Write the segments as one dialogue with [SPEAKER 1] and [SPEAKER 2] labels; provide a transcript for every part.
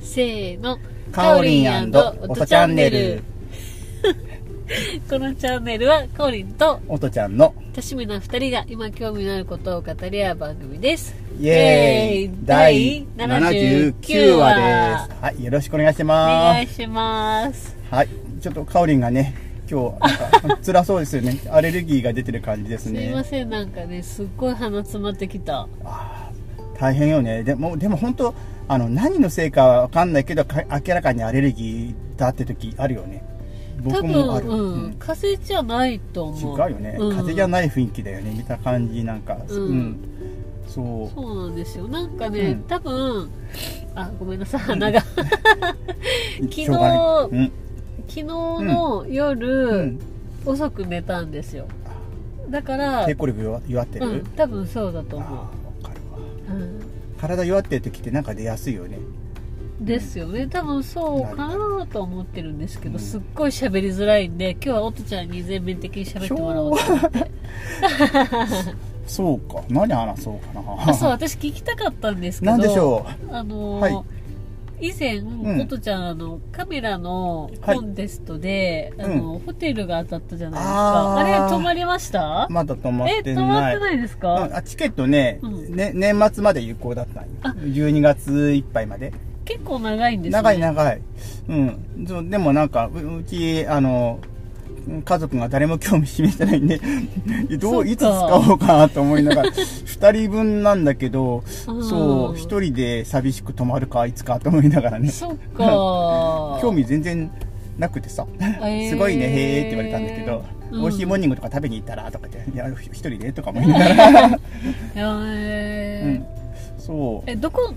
[SPEAKER 1] せーの。
[SPEAKER 2] かおりんおとチャンネル。
[SPEAKER 1] このチャンネルは、かおりんと、
[SPEAKER 2] おとちゃんの
[SPEAKER 1] 多趣味な二人が今興味のあることを語り合う番組です。
[SPEAKER 2] イエーイ第79
[SPEAKER 1] 79
[SPEAKER 2] 話
[SPEAKER 1] 話
[SPEAKER 2] ですはいよろしくお願いし
[SPEAKER 1] お
[SPEAKER 2] ま
[SPEAKER 1] 願い
[SPEAKER 2] す
[SPEAKER 1] します。
[SPEAKER 2] はいちょっとかおりんがね今日なんか 辛そうですよねアレルギーが出てる感じです
[SPEAKER 1] すいま
[SPEAKER 2] ね
[SPEAKER 1] せん、なんかね、すっごい鼻詰まってきた。
[SPEAKER 2] あー大変よねでもでも本当あの何のせいかはわかんないけどか明らかにアレルギーだって時あるよね
[SPEAKER 1] 多
[SPEAKER 2] 僕もあ
[SPEAKER 1] 分、
[SPEAKER 2] る、
[SPEAKER 1] う
[SPEAKER 2] うん
[SPEAKER 1] ん、風邪じゃないと
[SPEAKER 2] 違
[SPEAKER 1] 思
[SPEAKER 2] う
[SPEAKER 1] う。
[SPEAKER 2] よね、
[SPEAKER 1] うん
[SPEAKER 2] 風邪じゃない雰囲気だよね見た感じなんか
[SPEAKER 1] うん
[SPEAKER 2] そう
[SPEAKER 1] そうなんですよ。なんかね、
[SPEAKER 2] うん
[SPEAKER 1] 多分、あ、ごめんなさい、鼻が。 昨日
[SPEAKER 2] しょうがない
[SPEAKER 1] 昨日の夜、
[SPEAKER 2] うん、うん、
[SPEAKER 1] 遅く寝たんですよだから
[SPEAKER 2] 抵抗力弱弱ってる、
[SPEAKER 1] うん、多分そうだと
[SPEAKER 2] ああ
[SPEAKER 1] 思
[SPEAKER 2] わかるわ
[SPEAKER 1] う、うん、
[SPEAKER 2] 体弱ってる時ってなんか出やすいよね
[SPEAKER 1] ですよね多分そうかなと思ってるんですけど、
[SPEAKER 2] うん
[SPEAKER 1] すっごい喋りづらいんで今日は音ちゃんに全面的に喋ってもらおうと思って
[SPEAKER 2] そうか何話そうか
[SPEAKER 1] あそう
[SPEAKER 2] な
[SPEAKER 1] 私聞きたかったん ですけど
[SPEAKER 2] 何でしょ
[SPEAKER 1] あのー
[SPEAKER 2] は
[SPEAKER 1] 以前、
[SPEAKER 2] ん
[SPEAKER 1] 音ちゃんあのカメラの
[SPEAKER 2] はい
[SPEAKER 1] コンテストで、
[SPEAKER 2] ん
[SPEAKER 1] あのホテルが当たったじゃないです
[SPEAKER 2] あ
[SPEAKER 1] かあれ
[SPEAKER 2] ー
[SPEAKER 1] 泊まりました
[SPEAKER 2] う まだ止まっ
[SPEAKER 1] え
[SPEAKER 2] て
[SPEAKER 1] 泊ま
[SPEAKER 2] な
[SPEAKER 1] っ
[SPEAKER 2] い
[SPEAKER 1] てないです
[SPEAKER 2] う
[SPEAKER 1] か、
[SPEAKER 2] んあチケットね,、
[SPEAKER 1] うん
[SPEAKER 2] ね年末まで有効だったんよ
[SPEAKER 1] あ
[SPEAKER 2] 12月いっぱいまで
[SPEAKER 1] 結構長いんですね
[SPEAKER 2] 長い長いうんそうでもなんかううちあの家族が誰も興味示してない んでど
[SPEAKER 1] そうっか
[SPEAKER 2] いつ使おうかなと思いな がら2人分なんだけど
[SPEAKER 1] うん
[SPEAKER 2] そう1人で寂しく泊まるかいつかと思いながらね
[SPEAKER 1] そっか
[SPEAKER 2] 興味全然なくてさ
[SPEAKER 1] ー
[SPEAKER 2] すごいねへーって言われたんだけど、
[SPEAKER 1] うん
[SPEAKER 2] 美味しいモーニングとか食べに行ったらとか言っていや一人でとか思いなが ら、う
[SPEAKER 1] へー
[SPEAKER 2] ん、そう
[SPEAKER 1] えどこ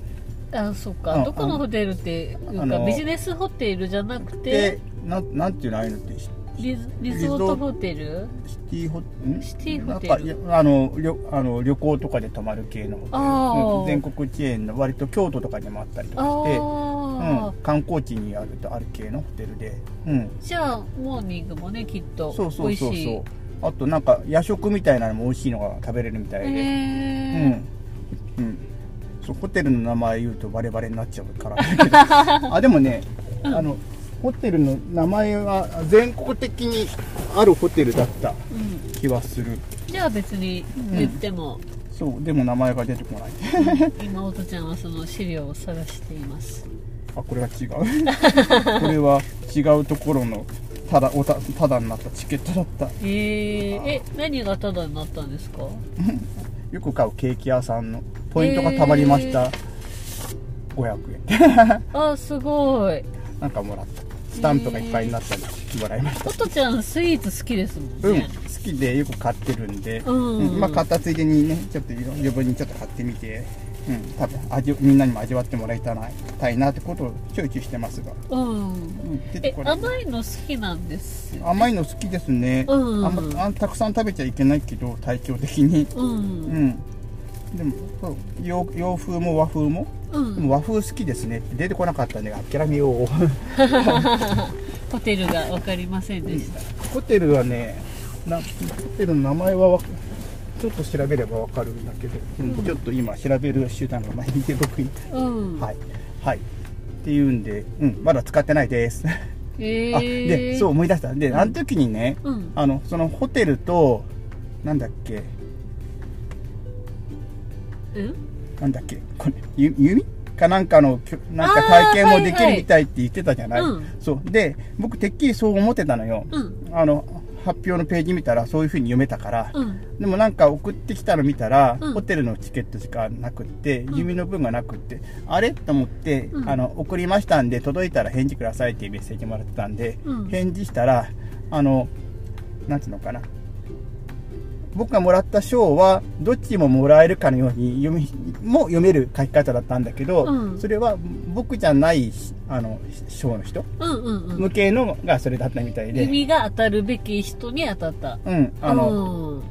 [SPEAKER 1] あそっか、
[SPEAKER 2] うん
[SPEAKER 1] どこのホテルっていう
[SPEAKER 2] あ
[SPEAKER 1] か
[SPEAKER 2] の
[SPEAKER 1] ビジネスホテルじゃなく
[SPEAKER 2] で
[SPEAKER 1] て
[SPEAKER 2] なんなんていうのああいうのってシ
[SPEAKER 1] リゾリゾートホテル
[SPEAKER 2] シティホん
[SPEAKER 1] シティホテル
[SPEAKER 2] なんかいやあの旅あの旅行とかで泊まる系のホテル
[SPEAKER 1] あー
[SPEAKER 2] うん全国チェーンの割と京都とかにもあったりとか
[SPEAKER 1] あ
[SPEAKER 2] して、う
[SPEAKER 1] あ
[SPEAKER 2] ん、、観光地にあるとある系のホテルで、うん、
[SPEAKER 1] じゃあモーニングもねきっと
[SPEAKER 2] そうそ
[SPEAKER 1] 美
[SPEAKER 2] う
[SPEAKER 1] 味し
[SPEAKER 2] そう
[SPEAKER 1] い
[SPEAKER 2] そうあとなんか夜食みたいなのも美味しいのが食べれるみたいで、う
[SPEAKER 1] へえ、
[SPEAKER 2] ん、うん、そうホテルの名前言うとバレバレになっちゃうからだけどあでもね、あのホテルの名前は全国的にあるホテルだった
[SPEAKER 1] うん
[SPEAKER 2] 気はする
[SPEAKER 1] じゃあ別に言っても、
[SPEAKER 2] そうでも名前が出てこない
[SPEAKER 1] 今音ちゃんはその資料を探しています
[SPEAKER 2] あこれは違うこれは違うところのただおたただになったチケットだった
[SPEAKER 1] へええ何がタダになったんですか
[SPEAKER 2] よく買うケーキ屋さんのポイントがたまりました、500円
[SPEAKER 1] あすごい
[SPEAKER 2] なんかもらったスタンプがいっぱいになったんでもらいました
[SPEAKER 1] 音ちゃんスイーツ好きですもんね、
[SPEAKER 2] うん、好きでよく買ってるんで、
[SPEAKER 1] うん
[SPEAKER 2] まあ買ったついでにねちょっといろ余分にちょっと買ってみて、うん、多分味をみんなにも味わってもらいたいたいなってことをちょいちょいしてますが、
[SPEAKER 1] うん
[SPEAKER 2] うん、出て
[SPEAKER 1] え
[SPEAKER 2] こない
[SPEAKER 1] 甘いの好きなんですよ
[SPEAKER 2] 甘いの好きですね、
[SPEAKER 1] うん
[SPEAKER 2] あんまあんたくさん食べちゃいけないけど体調的に
[SPEAKER 1] う
[SPEAKER 2] うんんでもそう洋洋風も和風も
[SPEAKER 1] う
[SPEAKER 2] で
[SPEAKER 1] ん
[SPEAKER 2] も和風好きですねって出てこなかったんで諦めよう
[SPEAKER 1] ホテルが分かりませんでした
[SPEAKER 2] ホテルはねなホテルの名前はわかちょっと調べればわかるんだけど、うんちょっと今調べる手段が前に出僕に、
[SPEAKER 1] うん、
[SPEAKER 2] はいはいっていうんで、うん、まだ使ってないです、
[SPEAKER 1] え
[SPEAKER 2] あでそう思い出したで、あの時にね、
[SPEAKER 1] うん
[SPEAKER 2] あのそのホテルとなんだっけ
[SPEAKER 1] うん
[SPEAKER 2] なんだっけこれゆ弓かなんかのきょなんか
[SPEAKER 1] あー
[SPEAKER 2] 体験もでき
[SPEAKER 1] はいは
[SPEAKER 2] る
[SPEAKER 1] い
[SPEAKER 2] みたいって言ってたじゃない、
[SPEAKER 1] うん
[SPEAKER 2] そうで僕てっきりそう思ってたのよ、
[SPEAKER 1] うん
[SPEAKER 2] あの発表のページ見たらそういう風に読めたから、
[SPEAKER 1] うん
[SPEAKER 2] でもなんか送ってきたの見たら、
[SPEAKER 1] うん
[SPEAKER 2] ホテルのチケットしかなくって、
[SPEAKER 1] ん
[SPEAKER 2] 弓の分がなくって、あれと思って、
[SPEAKER 1] うん
[SPEAKER 2] あの、送りましたんで、届いたら返事くださいっていうメッセージもらってたんで、
[SPEAKER 1] うん
[SPEAKER 2] 返事したら、あの、なんつうのかな。僕がもらった賞は、どっちももらえるかのように読み、も読める書き方だったんだけど、
[SPEAKER 1] うん
[SPEAKER 2] それは僕じゃない、あの、賞の人
[SPEAKER 1] うんうんうん
[SPEAKER 2] 向けのがそれだったみたいで、
[SPEAKER 1] 指が当たるべき人に当たった
[SPEAKER 2] うん、あの、
[SPEAKER 1] うん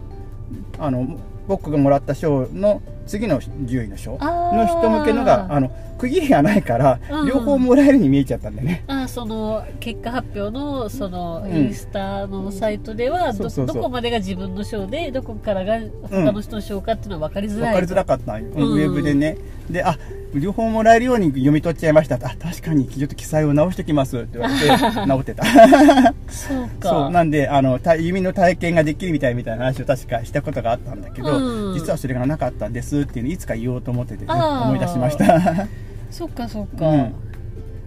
[SPEAKER 2] あの僕がもらった賞の次の10位の賞
[SPEAKER 1] あー
[SPEAKER 2] の人向けのがあの区切りがないから、
[SPEAKER 1] うん
[SPEAKER 2] 両方もらえるに見えちゃったんだよね。
[SPEAKER 1] あその結果発表のその
[SPEAKER 2] うん
[SPEAKER 1] インスタのサイトでは
[SPEAKER 2] そ
[SPEAKER 1] ど
[SPEAKER 2] うそうそ
[SPEAKER 1] ど
[SPEAKER 2] う
[SPEAKER 1] こまでが自分の賞でどこからが他の人の賞かっていうのは分かりづ
[SPEAKER 2] わ
[SPEAKER 1] らい
[SPEAKER 2] かりづらかったのよ、うん
[SPEAKER 1] うん
[SPEAKER 2] ウェブでね。であ両方もらえるように読み取っちゃいましたあ確かにちょっと記載を直してきますって言われ て直ってた
[SPEAKER 1] そうか
[SPEAKER 2] そうなんであのた弓の体験ができるみたいみたいな話を確かしたことがあったんだけど、
[SPEAKER 1] うん
[SPEAKER 2] 実はそれがなかったんですっていうのいつか言おうと思ってて、ね、
[SPEAKER 1] あー
[SPEAKER 2] 思い出しましたそう
[SPEAKER 1] そっかそっか、
[SPEAKER 2] うん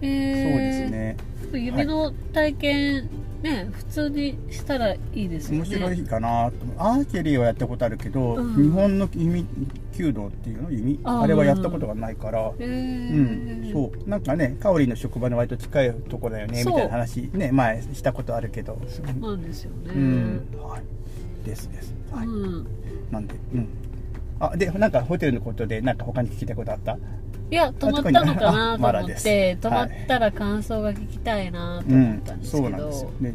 [SPEAKER 1] え
[SPEAKER 2] ですね
[SPEAKER 1] 指の体験ね普通にしたらいいですよ
[SPEAKER 2] 面
[SPEAKER 1] ね
[SPEAKER 2] 白いかなと思うアーチェリーはやったことあるけど、
[SPEAKER 1] うん
[SPEAKER 2] 日本の弓弓道っていうの弓
[SPEAKER 1] あー
[SPEAKER 2] あれはやったことがないから
[SPEAKER 1] え
[SPEAKER 2] うん、
[SPEAKER 1] ー、
[SPEAKER 2] そうなんかねかおりんの職場の割と近いとこだよねみ
[SPEAKER 1] そう
[SPEAKER 2] たいな話ね前したことあるけどう
[SPEAKER 1] なんですよね
[SPEAKER 2] ん、はいですですはい、
[SPEAKER 1] うん
[SPEAKER 2] なんでうんあでなんかホテルのことでなんか他に聞きたいことあった
[SPEAKER 1] いや泊まったのかな
[SPEAKER 2] あ
[SPEAKER 1] と
[SPEAKER 2] まだ
[SPEAKER 1] 思
[SPEAKER 2] で
[SPEAKER 1] っ
[SPEAKER 2] す
[SPEAKER 1] て、泊ま
[SPEAKER 2] はい
[SPEAKER 1] ったら感想が聞きたいなと
[SPEAKER 2] う
[SPEAKER 1] 思っ
[SPEAKER 2] ん
[SPEAKER 1] たんですけ
[SPEAKER 2] そ
[SPEAKER 1] ど、
[SPEAKER 2] うなんですよね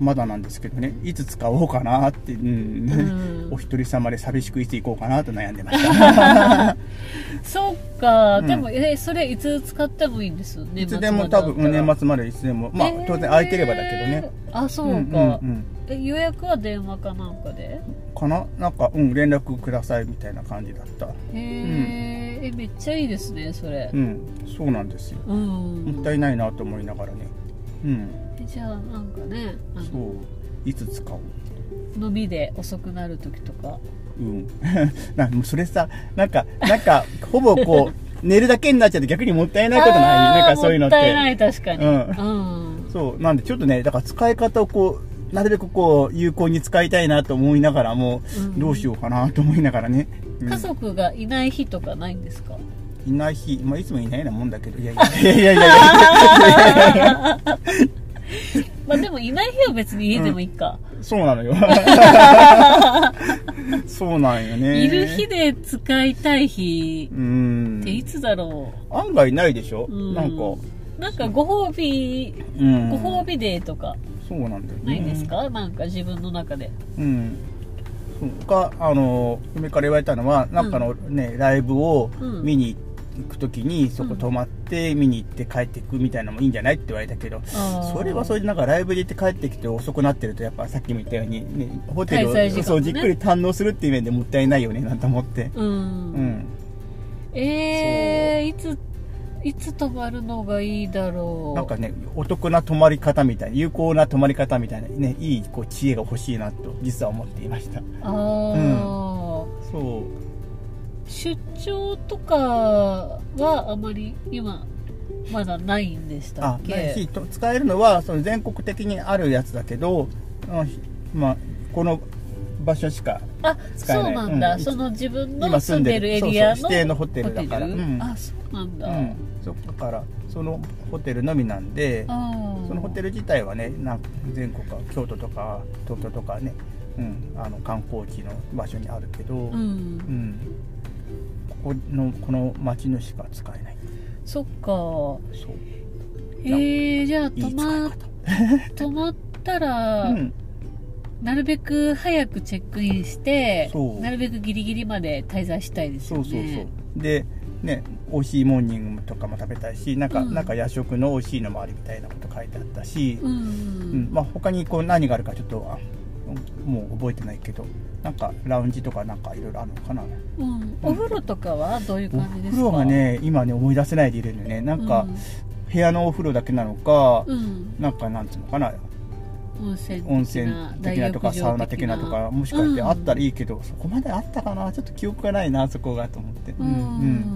[SPEAKER 2] まだなんですけどねいつ使おうかなって、うん
[SPEAKER 1] うん
[SPEAKER 2] お一人様で寂しくいつ行こうかなと悩んでました
[SPEAKER 1] そっか、
[SPEAKER 2] うん
[SPEAKER 1] でもえそれいつ使ってもいいんですよね
[SPEAKER 2] いつでも多分うん年末までいつでもまあ、当然空いてればだけどね
[SPEAKER 1] あそうか、
[SPEAKER 2] んうんうん
[SPEAKER 1] え予約は電話かなんかで
[SPEAKER 2] かななんかうん連絡くださいみたいな感じだった
[SPEAKER 1] へえ、えめっちゃいいですねそれ
[SPEAKER 2] うんそうなんですよ
[SPEAKER 1] うん、
[SPEAKER 2] もったいないなと思いながらねうん
[SPEAKER 1] えじゃあなんかねあ
[SPEAKER 2] そ
[SPEAKER 1] の
[SPEAKER 2] ういつ使おう
[SPEAKER 1] 飲みで遅くなる時とか
[SPEAKER 2] うん なもうそれさなんかなんかほぼ こう寝るだけになっちゃって逆にもったいないことない
[SPEAKER 1] あー
[SPEAKER 2] なんかそういうのって
[SPEAKER 1] もったいない確かに
[SPEAKER 2] う
[SPEAKER 1] うんん、
[SPEAKER 2] そうなんでちょっとねだから使い方をこうなるべくこう有効に使いたいなと思いながらも、
[SPEAKER 1] うん
[SPEAKER 2] どうしようかなと思いながらね、うん
[SPEAKER 1] 家族がいない日とかないんですか
[SPEAKER 2] いない日、まあ、いつもいないようなもんだけどいやい やいやいやいやいや
[SPEAKER 1] まあでもいない日は別に家でもいいか、
[SPEAKER 2] そうなの よそうなんよね
[SPEAKER 1] いる日で使いたい日
[SPEAKER 2] う
[SPEAKER 1] ってい
[SPEAKER 2] ん
[SPEAKER 1] つだろ
[SPEAKER 2] 案外ないでしょ、
[SPEAKER 1] う、うん
[SPEAKER 2] なんか、
[SPEAKER 1] なんかご褒美
[SPEAKER 2] うん、
[SPEAKER 1] ご褒美デーとか
[SPEAKER 2] そうなんだよね
[SPEAKER 1] ないですか、なんか自分の中で
[SPEAKER 2] うんそうかあの嫁から言われたのはなんかのね、ライブを
[SPEAKER 1] うん
[SPEAKER 2] 見に行く時にそこ泊まって見に行って帰っていくみたいなのもいいんじゃないって言われたけどそ
[SPEAKER 1] そ
[SPEAKER 2] れはそれでなんかライブで行って帰ってきて遅くなってるとやっぱさっきも言ったように、ね、ホテル
[SPEAKER 1] 滞
[SPEAKER 2] を、
[SPEAKER 1] 在時間もね
[SPEAKER 2] そうじっくり堪能するっていう面でもったいないよねなんて思って
[SPEAKER 1] う、
[SPEAKER 2] うんん
[SPEAKER 1] えー、いついつ泊まるのがいいだろう
[SPEAKER 2] なんかねお得な泊まり方みたいな有効な泊まり方みたいなねいいこう知恵が欲しいなと実は思っていました
[SPEAKER 1] ああ、
[SPEAKER 2] そう
[SPEAKER 1] 出張とかはあまり今まだないんでした
[SPEAKER 2] あ
[SPEAKER 1] っ
[SPEAKER 2] な
[SPEAKER 1] け
[SPEAKER 2] いしと使えるのはその全国的にあるやつだけど、うんひまあ、この場所しか
[SPEAKER 1] あ
[SPEAKER 2] 使
[SPEAKER 1] そ
[SPEAKER 2] え
[SPEAKER 1] う
[SPEAKER 2] ない
[SPEAKER 1] なんだ、
[SPEAKER 2] うん
[SPEAKER 1] その自分の
[SPEAKER 2] 今
[SPEAKER 1] 住
[SPEAKER 2] 住
[SPEAKER 1] ん
[SPEAKER 2] ん
[SPEAKER 1] で
[SPEAKER 2] で
[SPEAKER 1] る
[SPEAKER 2] る
[SPEAKER 1] エリアの
[SPEAKER 2] そうそう指定のホテルだから
[SPEAKER 1] ホテル
[SPEAKER 2] うん
[SPEAKER 1] あそうなんだ、
[SPEAKER 2] うん、そうだからそのホテルのみなんで
[SPEAKER 1] あ
[SPEAKER 2] そのホテ
[SPEAKER 1] ル
[SPEAKER 2] ル自体はねなんか全国か京都とか東京とかね、うん、あの観光地の場所にあるけど、
[SPEAKER 1] う
[SPEAKER 2] うん
[SPEAKER 1] ん
[SPEAKER 2] ここのこの町のしか使えない
[SPEAKER 1] そっか
[SPEAKER 2] そう
[SPEAKER 1] えー、じゃあ
[SPEAKER 2] い
[SPEAKER 1] 泊
[SPEAKER 2] い使
[SPEAKER 1] ま
[SPEAKER 2] い方
[SPEAKER 1] 泊まったら、
[SPEAKER 2] うん
[SPEAKER 1] なるべく早くチェックインして
[SPEAKER 2] そう
[SPEAKER 1] なるべくギリギリまで滞在したいです
[SPEAKER 2] そ
[SPEAKER 1] よ
[SPEAKER 2] う
[SPEAKER 1] ね
[SPEAKER 2] そうそう、でね美味しいモーニングとかも食べたいしなんか、
[SPEAKER 1] うん
[SPEAKER 2] なんか夜食の美味しいのもあるみたいなこと書いてあったし、
[SPEAKER 1] うん、
[SPEAKER 2] うんまあ、他にこう何があるかちょっとあもう覚えてないけどなんかラウンジとかなんかいろいろあるのかな
[SPEAKER 1] うん、お風呂とかはどういう
[SPEAKER 2] お
[SPEAKER 1] 感じで
[SPEAKER 2] 風
[SPEAKER 1] すか
[SPEAKER 2] 呂がね今ね思い出せないでいるのよねなんか、部屋のお風呂だけなのか、
[SPEAKER 1] うん、うん
[SPEAKER 2] なんかなんつうのかな
[SPEAKER 1] 温泉
[SPEAKER 2] 温泉的なとかサウナ的なとかもしかしてあったらいいけど、そこまであったかなちょっと記憶がないなそこがと思って、
[SPEAKER 1] うん、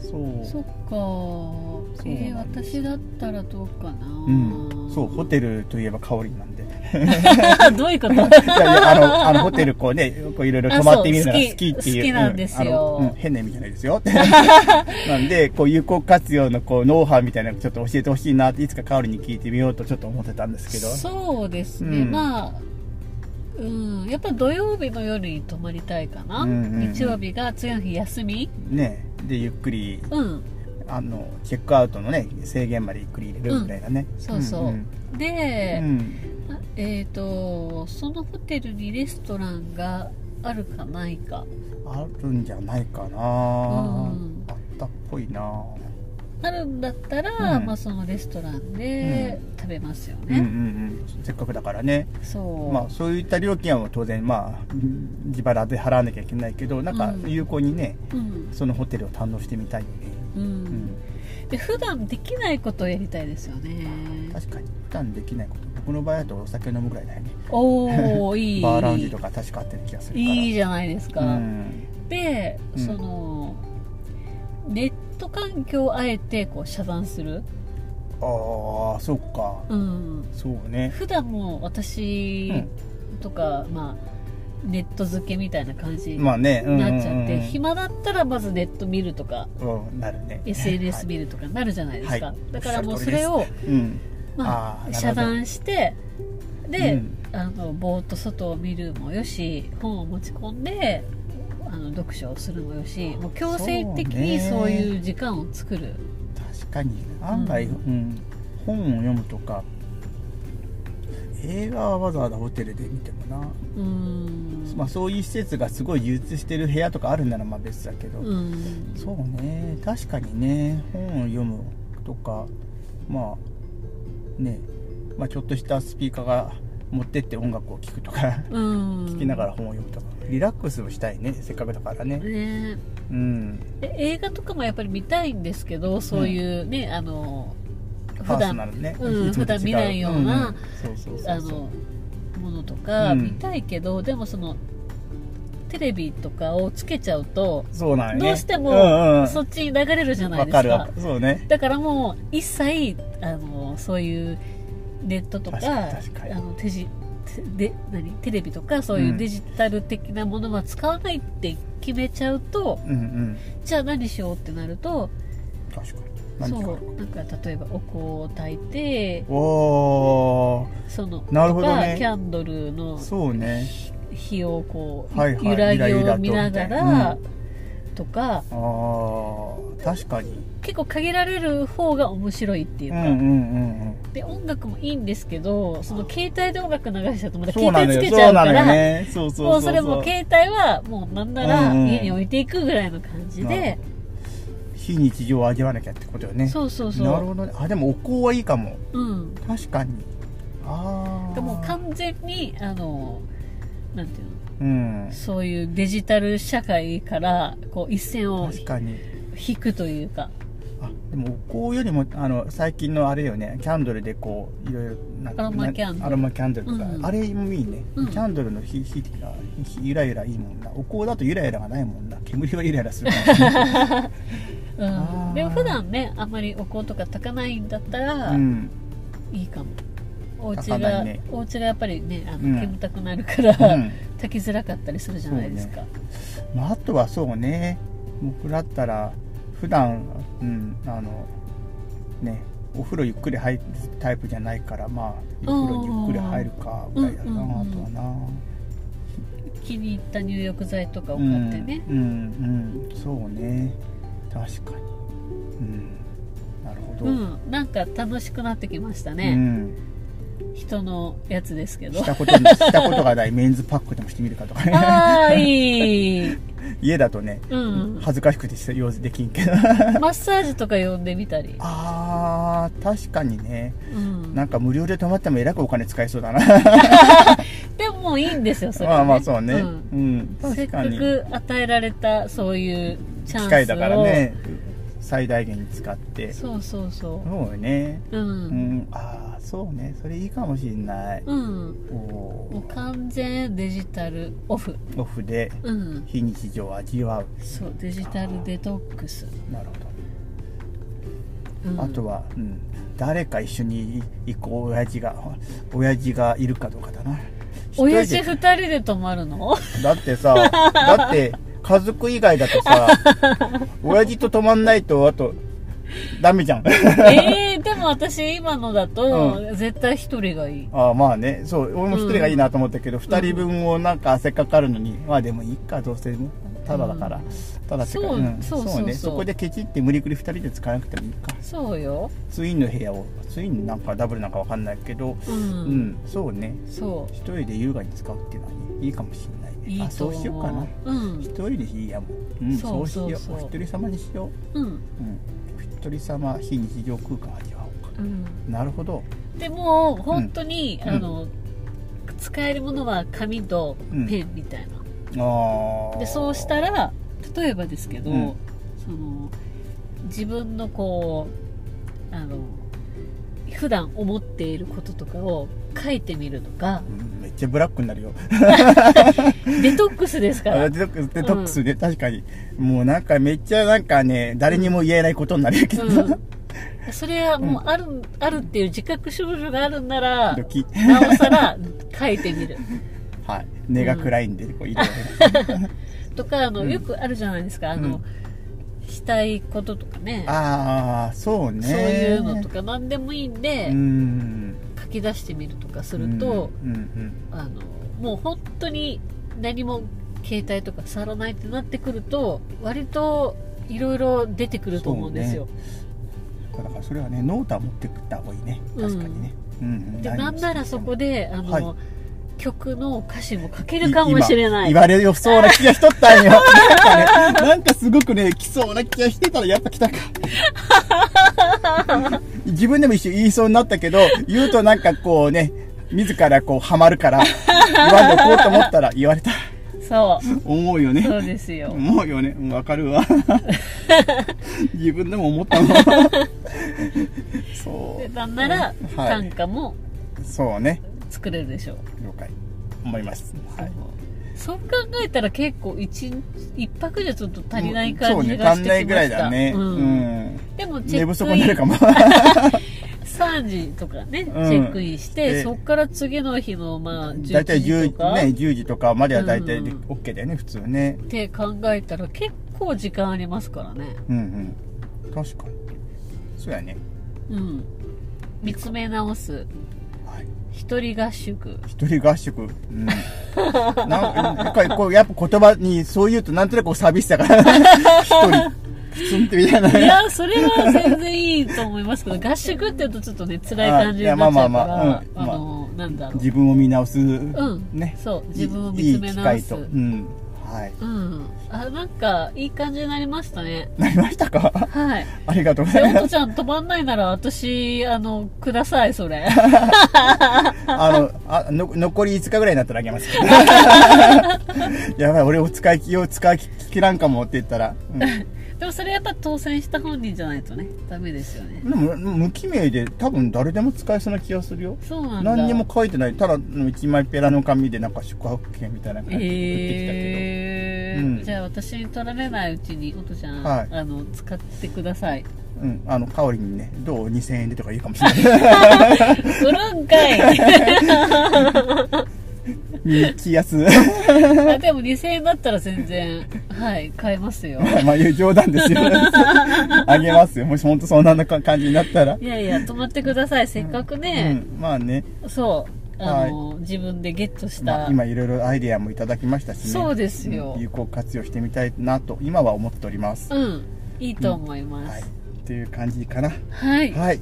[SPEAKER 2] そう
[SPEAKER 1] そっか
[SPEAKER 2] そう
[SPEAKER 1] えー、
[SPEAKER 2] なんで
[SPEAKER 1] 私だったらどうかな、
[SPEAKER 2] うん、そうホテルといえば香りなんで い
[SPEAKER 1] どういうこと
[SPEAKER 2] やいやあのあのホテルこうねこういろいろ泊まってみるのが
[SPEAKER 1] あそう
[SPEAKER 2] 好きっていう
[SPEAKER 1] 好きなんですよ
[SPEAKER 2] うんあのうん変な意味じゃないで すよなんでこう有効活用のこうノウハウみたいなのちょっと教えてほしいなっていつか香りに聞いてみようとちょっと思ってたんですけど
[SPEAKER 1] そうですね、
[SPEAKER 2] うん
[SPEAKER 1] まあうん、やっぱ土曜日の夜に泊まりたいかな、
[SPEAKER 2] うんうんうん
[SPEAKER 1] 日曜日が次の日休み
[SPEAKER 2] ねでゆっくり
[SPEAKER 1] うん
[SPEAKER 2] あのチェックアウトのね制限までゆっくり入れるみたいなね、
[SPEAKER 1] んそうそう
[SPEAKER 2] うん
[SPEAKER 1] で、
[SPEAKER 2] うん
[SPEAKER 1] あえっ、とそのホテルにレストランがあるかないか
[SPEAKER 2] あるんじゃないかな、
[SPEAKER 1] ん
[SPEAKER 2] あったっぽいな
[SPEAKER 1] あるんだったら、
[SPEAKER 2] うん
[SPEAKER 1] まあ、そのレストランで食べますよ
[SPEAKER 2] うんうん
[SPEAKER 1] ね、
[SPEAKER 2] うんせっかくだからね
[SPEAKER 1] そう、
[SPEAKER 2] まあ、そういった料金は当然、まあ、自腹で払わなきゃいけないけどなんか
[SPEAKER 1] うん
[SPEAKER 2] 有効にね、
[SPEAKER 1] うん
[SPEAKER 2] そのホテルを堪能してみたいよね、
[SPEAKER 1] う
[SPEAKER 2] うん
[SPEAKER 1] ん、で普段できないことをやりたいですよね
[SPEAKER 2] 確かに普段できないこと僕の場合だとお酒飲むぐらいだよね
[SPEAKER 1] おおいい
[SPEAKER 2] バーラウンジとか確かあってる気がするから
[SPEAKER 1] いいじゃないですか、
[SPEAKER 2] うん
[SPEAKER 1] で、
[SPEAKER 2] うん
[SPEAKER 1] そのネット環境をあえてこう遮断する、
[SPEAKER 2] ああそうか
[SPEAKER 1] うん、
[SPEAKER 2] そうね
[SPEAKER 1] 普段も私
[SPEAKER 2] うん
[SPEAKER 1] とか、まあネット付けみたいな感じにな
[SPEAKER 2] まあねうんうんうん
[SPEAKER 1] っちゃって、暇だったらまずネット見るとか
[SPEAKER 2] うんなるね
[SPEAKER 1] SNS 見るとかなるじゃないですか、
[SPEAKER 2] はい
[SPEAKER 1] だからもう
[SPEAKER 2] おっし
[SPEAKER 1] そ
[SPEAKER 2] ゃる通りで
[SPEAKER 1] れ
[SPEAKER 2] す
[SPEAKER 1] を、
[SPEAKER 2] うん
[SPEAKER 1] ま
[SPEAKER 2] あ
[SPEAKER 1] あ、
[SPEAKER 2] ーな
[SPEAKER 1] 遮
[SPEAKER 2] るほど
[SPEAKER 1] 断してで、
[SPEAKER 2] うん
[SPEAKER 1] あのぼーっと外を見るもよし本を持ち込んであの読書をするもよしもう強制的に
[SPEAKER 2] そうね
[SPEAKER 1] そういう時間を作る
[SPEAKER 2] 確かに案外、
[SPEAKER 1] う
[SPEAKER 2] うんん本を読むとか映画はわざわざホテルで見てもな、
[SPEAKER 1] う,、ん、
[SPEAKER 2] まあ、そういう施設がすごい充実してる部屋とかあるならまあ別だけど、
[SPEAKER 1] うん
[SPEAKER 2] そうね確かにね本を読むとかまあね、まあ、ちょっとしたスピーカーが持ってって音楽を聴くとか
[SPEAKER 1] うん
[SPEAKER 2] 聴きながら本を読むとかリラックスをしたいねせっかくだからね
[SPEAKER 1] ね
[SPEAKER 2] うん
[SPEAKER 1] で映画とかもやっぱり見たいんですけどそういうね、あの
[SPEAKER 2] パ
[SPEAKER 1] 普
[SPEAKER 2] ーソ
[SPEAKER 1] 段
[SPEAKER 2] ナルね、
[SPEAKER 1] うん
[SPEAKER 2] いつもと違
[SPEAKER 1] 普段見ないような
[SPEAKER 2] うんうんそうそうそ
[SPEAKER 1] あ
[SPEAKER 2] うそう
[SPEAKER 1] のものとか
[SPEAKER 2] うん
[SPEAKER 1] 見たいけど、でもそのテレビとかをつけちゃうと
[SPEAKER 2] そうなんよね
[SPEAKER 1] どうしても
[SPEAKER 2] うんうん
[SPEAKER 1] そっちに流れるじゃない
[SPEAKER 2] わ
[SPEAKER 1] です
[SPEAKER 2] か
[SPEAKER 1] か,、
[SPEAKER 2] るわかるそうね
[SPEAKER 1] だからもう一切あのそういうネットとか
[SPEAKER 2] 確かに確かに
[SPEAKER 1] あの手じてで何テレビとかそういううんデジタル的なものは使わないって決めちゃうと、
[SPEAKER 2] うんうん
[SPEAKER 1] じゃあ何しようってなると
[SPEAKER 2] 確かに
[SPEAKER 1] そ
[SPEAKER 2] 何か
[SPEAKER 1] うなんか例えばお香を焚いて
[SPEAKER 2] おー
[SPEAKER 1] その
[SPEAKER 2] なるほどね
[SPEAKER 1] とかキャンドルの
[SPEAKER 2] そうね
[SPEAKER 1] 火をこう、
[SPEAKER 2] はいはい
[SPEAKER 1] 揺らぎ
[SPEAKER 2] ゆらゆら
[SPEAKER 1] を
[SPEAKER 2] と
[SPEAKER 1] 見ながらとか、
[SPEAKER 2] あー確かに
[SPEAKER 1] 結構限られる方が面白いっていう
[SPEAKER 2] う
[SPEAKER 1] か、
[SPEAKER 2] んうんうんうん
[SPEAKER 1] で音楽もいいんですけどその携帯で音楽流しちゃうとまた
[SPEAKER 2] そ
[SPEAKER 1] 携
[SPEAKER 2] うな
[SPEAKER 1] 帯
[SPEAKER 2] の
[SPEAKER 1] つ
[SPEAKER 2] よ
[SPEAKER 1] けち
[SPEAKER 2] そ
[SPEAKER 1] ゃ
[SPEAKER 2] う
[SPEAKER 1] う
[SPEAKER 2] な
[SPEAKER 1] か
[SPEAKER 2] の
[SPEAKER 1] ら
[SPEAKER 2] よねそうそう
[SPEAKER 1] も
[SPEAKER 2] そう
[SPEAKER 1] うそれも携帯はもうなんなら
[SPEAKER 2] うんうん
[SPEAKER 1] 家に置いていくぐらいの感じで、
[SPEAKER 2] 非日常を味わわなきゃってことよね
[SPEAKER 1] そうそうそう
[SPEAKER 2] なるほどねあでもお香はいいかも
[SPEAKER 1] うん、
[SPEAKER 2] 確かにあ
[SPEAKER 1] で
[SPEAKER 2] あ
[SPEAKER 1] もう完全にあのなんていう
[SPEAKER 2] うん
[SPEAKER 1] のそういうデジタル社会からこう一線を
[SPEAKER 2] 確かに
[SPEAKER 1] 引くというか
[SPEAKER 2] あでもお香よりもあの最近のあれよねキャンドルでこういろいろなんか
[SPEAKER 1] アロマキャンドル
[SPEAKER 2] なアロマキャンドルとか、
[SPEAKER 1] うんうん
[SPEAKER 2] あれもいいね、
[SPEAKER 1] うん
[SPEAKER 2] キャンドルの火火が火ゆらゆらいいもんなお香だとゆらゆらがないもんな煙はゆらゆら するからね、
[SPEAKER 1] う
[SPEAKER 2] あ
[SPEAKER 1] ん、
[SPEAKER 2] ー
[SPEAKER 1] でも普段ねあんまりお香とか炊かないんだったら
[SPEAKER 2] うん、
[SPEAKER 1] いいかも、お家
[SPEAKER 2] 炊かな
[SPEAKER 1] が、
[SPEAKER 2] いね
[SPEAKER 1] お家がやっぱりねあの、
[SPEAKER 2] うん
[SPEAKER 1] 煙たくなるから、
[SPEAKER 2] うん
[SPEAKER 1] 炊きづらかったりするじゃないですか、
[SPEAKER 2] まあ、あとはそうね僕だったら普段うんあのねお風呂ゆっくり入るタイプじゃないからまあゆっくりゆっくり入るかぐらいだな、
[SPEAKER 1] うんうんうん
[SPEAKER 2] あとはな、
[SPEAKER 1] 気に入った入浴剤とかを
[SPEAKER 2] う
[SPEAKER 1] 買
[SPEAKER 2] ん
[SPEAKER 1] ってね、
[SPEAKER 2] うんうんそうね確かにうんなるほ
[SPEAKER 1] う
[SPEAKER 2] ど、
[SPEAKER 1] んなんか楽しくなってきました
[SPEAKER 2] う
[SPEAKER 1] ね、
[SPEAKER 2] ん
[SPEAKER 1] 人のやつですけど
[SPEAKER 2] したこと もしたことがないメンズパックでもしてみるかとかね
[SPEAKER 1] ああいい、
[SPEAKER 2] 家だとね
[SPEAKER 1] うん、
[SPEAKER 2] 恥ずかしくてして用事できんけ ど
[SPEAKER 1] マッサージとか呼んでみたり、
[SPEAKER 2] あー確かにね
[SPEAKER 1] うん、
[SPEAKER 2] なんか無料で泊まってもえらくお金使えそうだな
[SPEAKER 1] でももういいんですよそれ
[SPEAKER 2] ま
[SPEAKER 1] は、
[SPEAKER 2] あ
[SPEAKER 1] ね、
[SPEAKER 2] まあそうねうんん、
[SPEAKER 1] せっ
[SPEAKER 2] 確か
[SPEAKER 1] か
[SPEAKER 2] に
[SPEAKER 1] く与えられたそういうチャンスを
[SPEAKER 2] 機械だからね最大限に使ってそ
[SPEAKER 1] そうそうそう
[SPEAKER 2] よね
[SPEAKER 1] うう、
[SPEAKER 2] うんんああそうねそれいいかもしんない
[SPEAKER 1] うん、
[SPEAKER 2] おお
[SPEAKER 1] もう完全デジタルオフ
[SPEAKER 2] オフで
[SPEAKER 1] うん
[SPEAKER 2] 非日常を味わう
[SPEAKER 1] そうデジタルデトックス、
[SPEAKER 2] なるほど、
[SPEAKER 1] うん、
[SPEAKER 2] あとは、うん、誰か一緒に行く親父が親父がいるかどうかだな
[SPEAKER 1] 親父
[SPEAKER 2] 一人
[SPEAKER 1] 二人で泊まるの
[SPEAKER 2] でだってさだって家族以外だと さ親父と泊まんないとあとダメじゃん
[SPEAKER 1] ええでも私今のだと、
[SPEAKER 2] う
[SPEAKER 1] 絶対一人がいい
[SPEAKER 2] ああまあねそう俺も一人がいいなと思ったけど、二人分をなんか汗かかるのにまあでもいいかどうせただだから、ただってか
[SPEAKER 1] そう
[SPEAKER 2] うん
[SPEAKER 1] そうそうそう
[SPEAKER 2] ねそこでケチって無理くり二人で使わなくてもいいか
[SPEAKER 1] そうよ
[SPEAKER 2] ツインの部屋をツインなんかダブルなんかわかんないけど
[SPEAKER 1] うん、
[SPEAKER 2] うん、そうね
[SPEAKER 1] そ
[SPEAKER 2] 一人で優雅に使うっていうのはいいかもしれないね
[SPEAKER 1] ういいと思う
[SPEAKER 2] あそうしようかな
[SPEAKER 1] うん
[SPEAKER 2] 一人でいいやもう、うん、
[SPEAKER 1] そ
[SPEAKER 2] そうう
[SPEAKER 1] そうそう
[SPEAKER 2] しようお一人様にしよ
[SPEAKER 1] うん
[SPEAKER 2] う、うん、一鳥様非日常空間を味わおうか
[SPEAKER 1] うん
[SPEAKER 2] なるほど
[SPEAKER 1] でも本当に、
[SPEAKER 2] うん
[SPEAKER 1] あの使えるものは紙とペンみたいな、
[SPEAKER 2] ああ
[SPEAKER 1] でそうしたら例えばですけど、
[SPEAKER 2] うん
[SPEAKER 1] その自分のこうあの普段思っていることとかを書いてみると か
[SPEAKER 2] うんめっちゃブラックになるよ
[SPEAKER 1] デトックスですか
[SPEAKER 2] あ
[SPEAKER 1] ら
[SPEAKER 2] デトックスデトックスね、確かにもうなんかめっちゃなんかね誰にも言えないことになるけど、
[SPEAKER 1] うんそれはもうある,、あるっていう自覚症状があるんなら
[SPEAKER 2] ドキ
[SPEAKER 1] なおさら書いてみる
[SPEAKER 2] はい根が暗いんで、こう色々
[SPEAKER 1] とかあの、
[SPEAKER 2] うん
[SPEAKER 1] よくあるじゃないですかあ
[SPEAKER 2] う
[SPEAKER 1] の、
[SPEAKER 2] ん
[SPEAKER 1] したいこととかね
[SPEAKER 2] ああそうね
[SPEAKER 1] そういうのとか何でもいいんで、
[SPEAKER 2] うん
[SPEAKER 1] 書き出してみるとかすると、
[SPEAKER 2] うんうん
[SPEAKER 1] あのもう本当に何も携帯とか触らないってなってくると割といろいろ出てくると思うんですよ、
[SPEAKER 2] うんだからそれはねノートは持ってった方がいいね確かにね、うんうん
[SPEAKER 1] でなんならそこであの、
[SPEAKER 2] はい
[SPEAKER 1] 曲の歌詞も書けるかもしれない
[SPEAKER 2] 今言われよそうな気がしとったんよなんかねなんかすごくね来そうな気がしてたらやっぱ来たか自分でも一瞬言いそうになったけど言うとなんかこうね自らこうハマるから言わんとこうと思ったら言われた
[SPEAKER 1] そ
[SPEAKER 2] 思うよね
[SPEAKER 1] うそうですよ、
[SPEAKER 2] 思うよねうんわかるわ 自分でも思ったもんそ
[SPEAKER 1] でなんなら
[SPEAKER 2] うんはい
[SPEAKER 1] 短歌も
[SPEAKER 2] うそうね
[SPEAKER 1] 作れるでしょう、
[SPEAKER 2] 了解思います、はい、
[SPEAKER 1] そう考えたら結構一日一泊じゃちょっと足りない
[SPEAKER 2] そ
[SPEAKER 1] 感
[SPEAKER 2] う
[SPEAKER 1] じ
[SPEAKER 2] ね
[SPEAKER 1] が
[SPEAKER 2] 足
[SPEAKER 1] し
[SPEAKER 2] ん
[SPEAKER 1] て
[SPEAKER 2] ない
[SPEAKER 1] き
[SPEAKER 2] ぐ
[SPEAKER 1] ま
[SPEAKER 2] らい
[SPEAKER 1] した
[SPEAKER 2] だねう
[SPEAKER 1] うん
[SPEAKER 2] ん
[SPEAKER 1] でもチェ
[SPEAKER 2] 寝不
[SPEAKER 1] ッ
[SPEAKER 2] 足
[SPEAKER 1] ク
[SPEAKER 2] にな
[SPEAKER 1] イ
[SPEAKER 2] る
[SPEAKER 1] ン
[SPEAKER 2] かも
[SPEAKER 1] 3時とかね、
[SPEAKER 2] うん
[SPEAKER 1] チェックインして、
[SPEAKER 2] で
[SPEAKER 1] そこから次の日のまあ
[SPEAKER 2] 大体
[SPEAKER 1] 10時
[SPEAKER 2] 10
[SPEAKER 1] とか、
[SPEAKER 2] ね、10時とかまでは大体で
[SPEAKER 1] うん
[SPEAKER 2] OK だよね、普通ね
[SPEAKER 1] って考えたら結構時間ありますからね
[SPEAKER 2] うんうん確かにそうやね
[SPEAKER 1] うん見つめ直す
[SPEAKER 2] はい
[SPEAKER 1] 一人合 宿
[SPEAKER 2] 一人合宿う んなんなんかこうやっぱ言葉にそう言うとなんとなくこう寂しさが 一人プツンってみたいない
[SPEAKER 1] やそれは全然いいと思いますけど合宿って言うとちょっとね辛い感じになっちゃうから
[SPEAKER 2] あいやまあまあまあうん
[SPEAKER 1] あのなんだろ
[SPEAKER 2] 自分を見直す、
[SPEAKER 1] ううん、
[SPEAKER 2] ね
[SPEAKER 1] そう自分を見つめ直
[SPEAKER 2] いい機
[SPEAKER 1] す
[SPEAKER 2] 会と、うん、はい
[SPEAKER 1] うんあなんかいい感じになりましたね
[SPEAKER 2] なりましたか
[SPEAKER 1] はい
[SPEAKER 2] ありがとうご
[SPEAKER 1] で
[SPEAKER 2] ざい
[SPEAKER 1] お
[SPEAKER 2] ま
[SPEAKER 1] と
[SPEAKER 2] す
[SPEAKER 1] ちゃん止まんないなら私あのくださいそれ
[SPEAKER 2] あのあの残り5日ぐらいになったらあげます やばい俺を使い気を使い切らんかもって言ったら、うん
[SPEAKER 1] でもそれやっぱ当選した本人じゃないとねダメですよね
[SPEAKER 2] でも無記名で多分誰でも使えそうな気がするよ
[SPEAKER 1] そうなんだ
[SPEAKER 2] 何にも書いてないただの一枚ペラの紙でなんか宿泊券みたいな感じで送ってきたけ
[SPEAKER 1] えー
[SPEAKER 2] うん
[SPEAKER 1] じゃあ私に取られないうちにおとちゃん、
[SPEAKER 2] はい
[SPEAKER 1] あの使ってください
[SPEAKER 2] ど、うん、あの香りにねどう2000円でとか言うかもしれない
[SPEAKER 1] 売るんかい
[SPEAKER 2] に気安
[SPEAKER 1] あでも2000円だったら全然はい買えますよ
[SPEAKER 2] まあいう冗談で すよあげますよもし本当そんな感じになったら
[SPEAKER 1] いやいや泊まってくださいせっかくね、
[SPEAKER 2] うん、まあね、
[SPEAKER 1] そうあの、自分でゲットした、
[SPEAKER 2] まあ、今いろいろアイデアもいただきましたしね
[SPEAKER 1] そうですよ
[SPEAKER 2] うん有効活用してみたいなと今は思っております、
[SPEAKER 1] うんいいと思いま
[SPEAKER 2] はい
[SPEAKER 1] す、
[SPEAKER 2] っていう感じかな
[SPEAKER 1] はい、
[SPEAKER 2] はい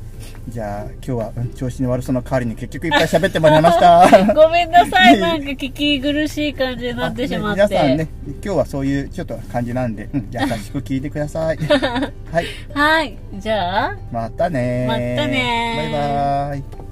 [SPEAKER 2] じゃあ今日はうん調子の悪そうな代わりに結局いっぱい喋ってもらいました
[SPEAKER 1] ごめんなさ い、なんか聞き苦しい感じになってしまって。
[SPEAKER 2] あね皆さんね今日はそういうちょっと感じなんで、うん、優しく聞いてくださ いはい
[SPEAKER 1] はい、じゃあ、
[SPEAKER 2] またね
[SPEAKER 1] またね
[SPEAKER 2] バイバイ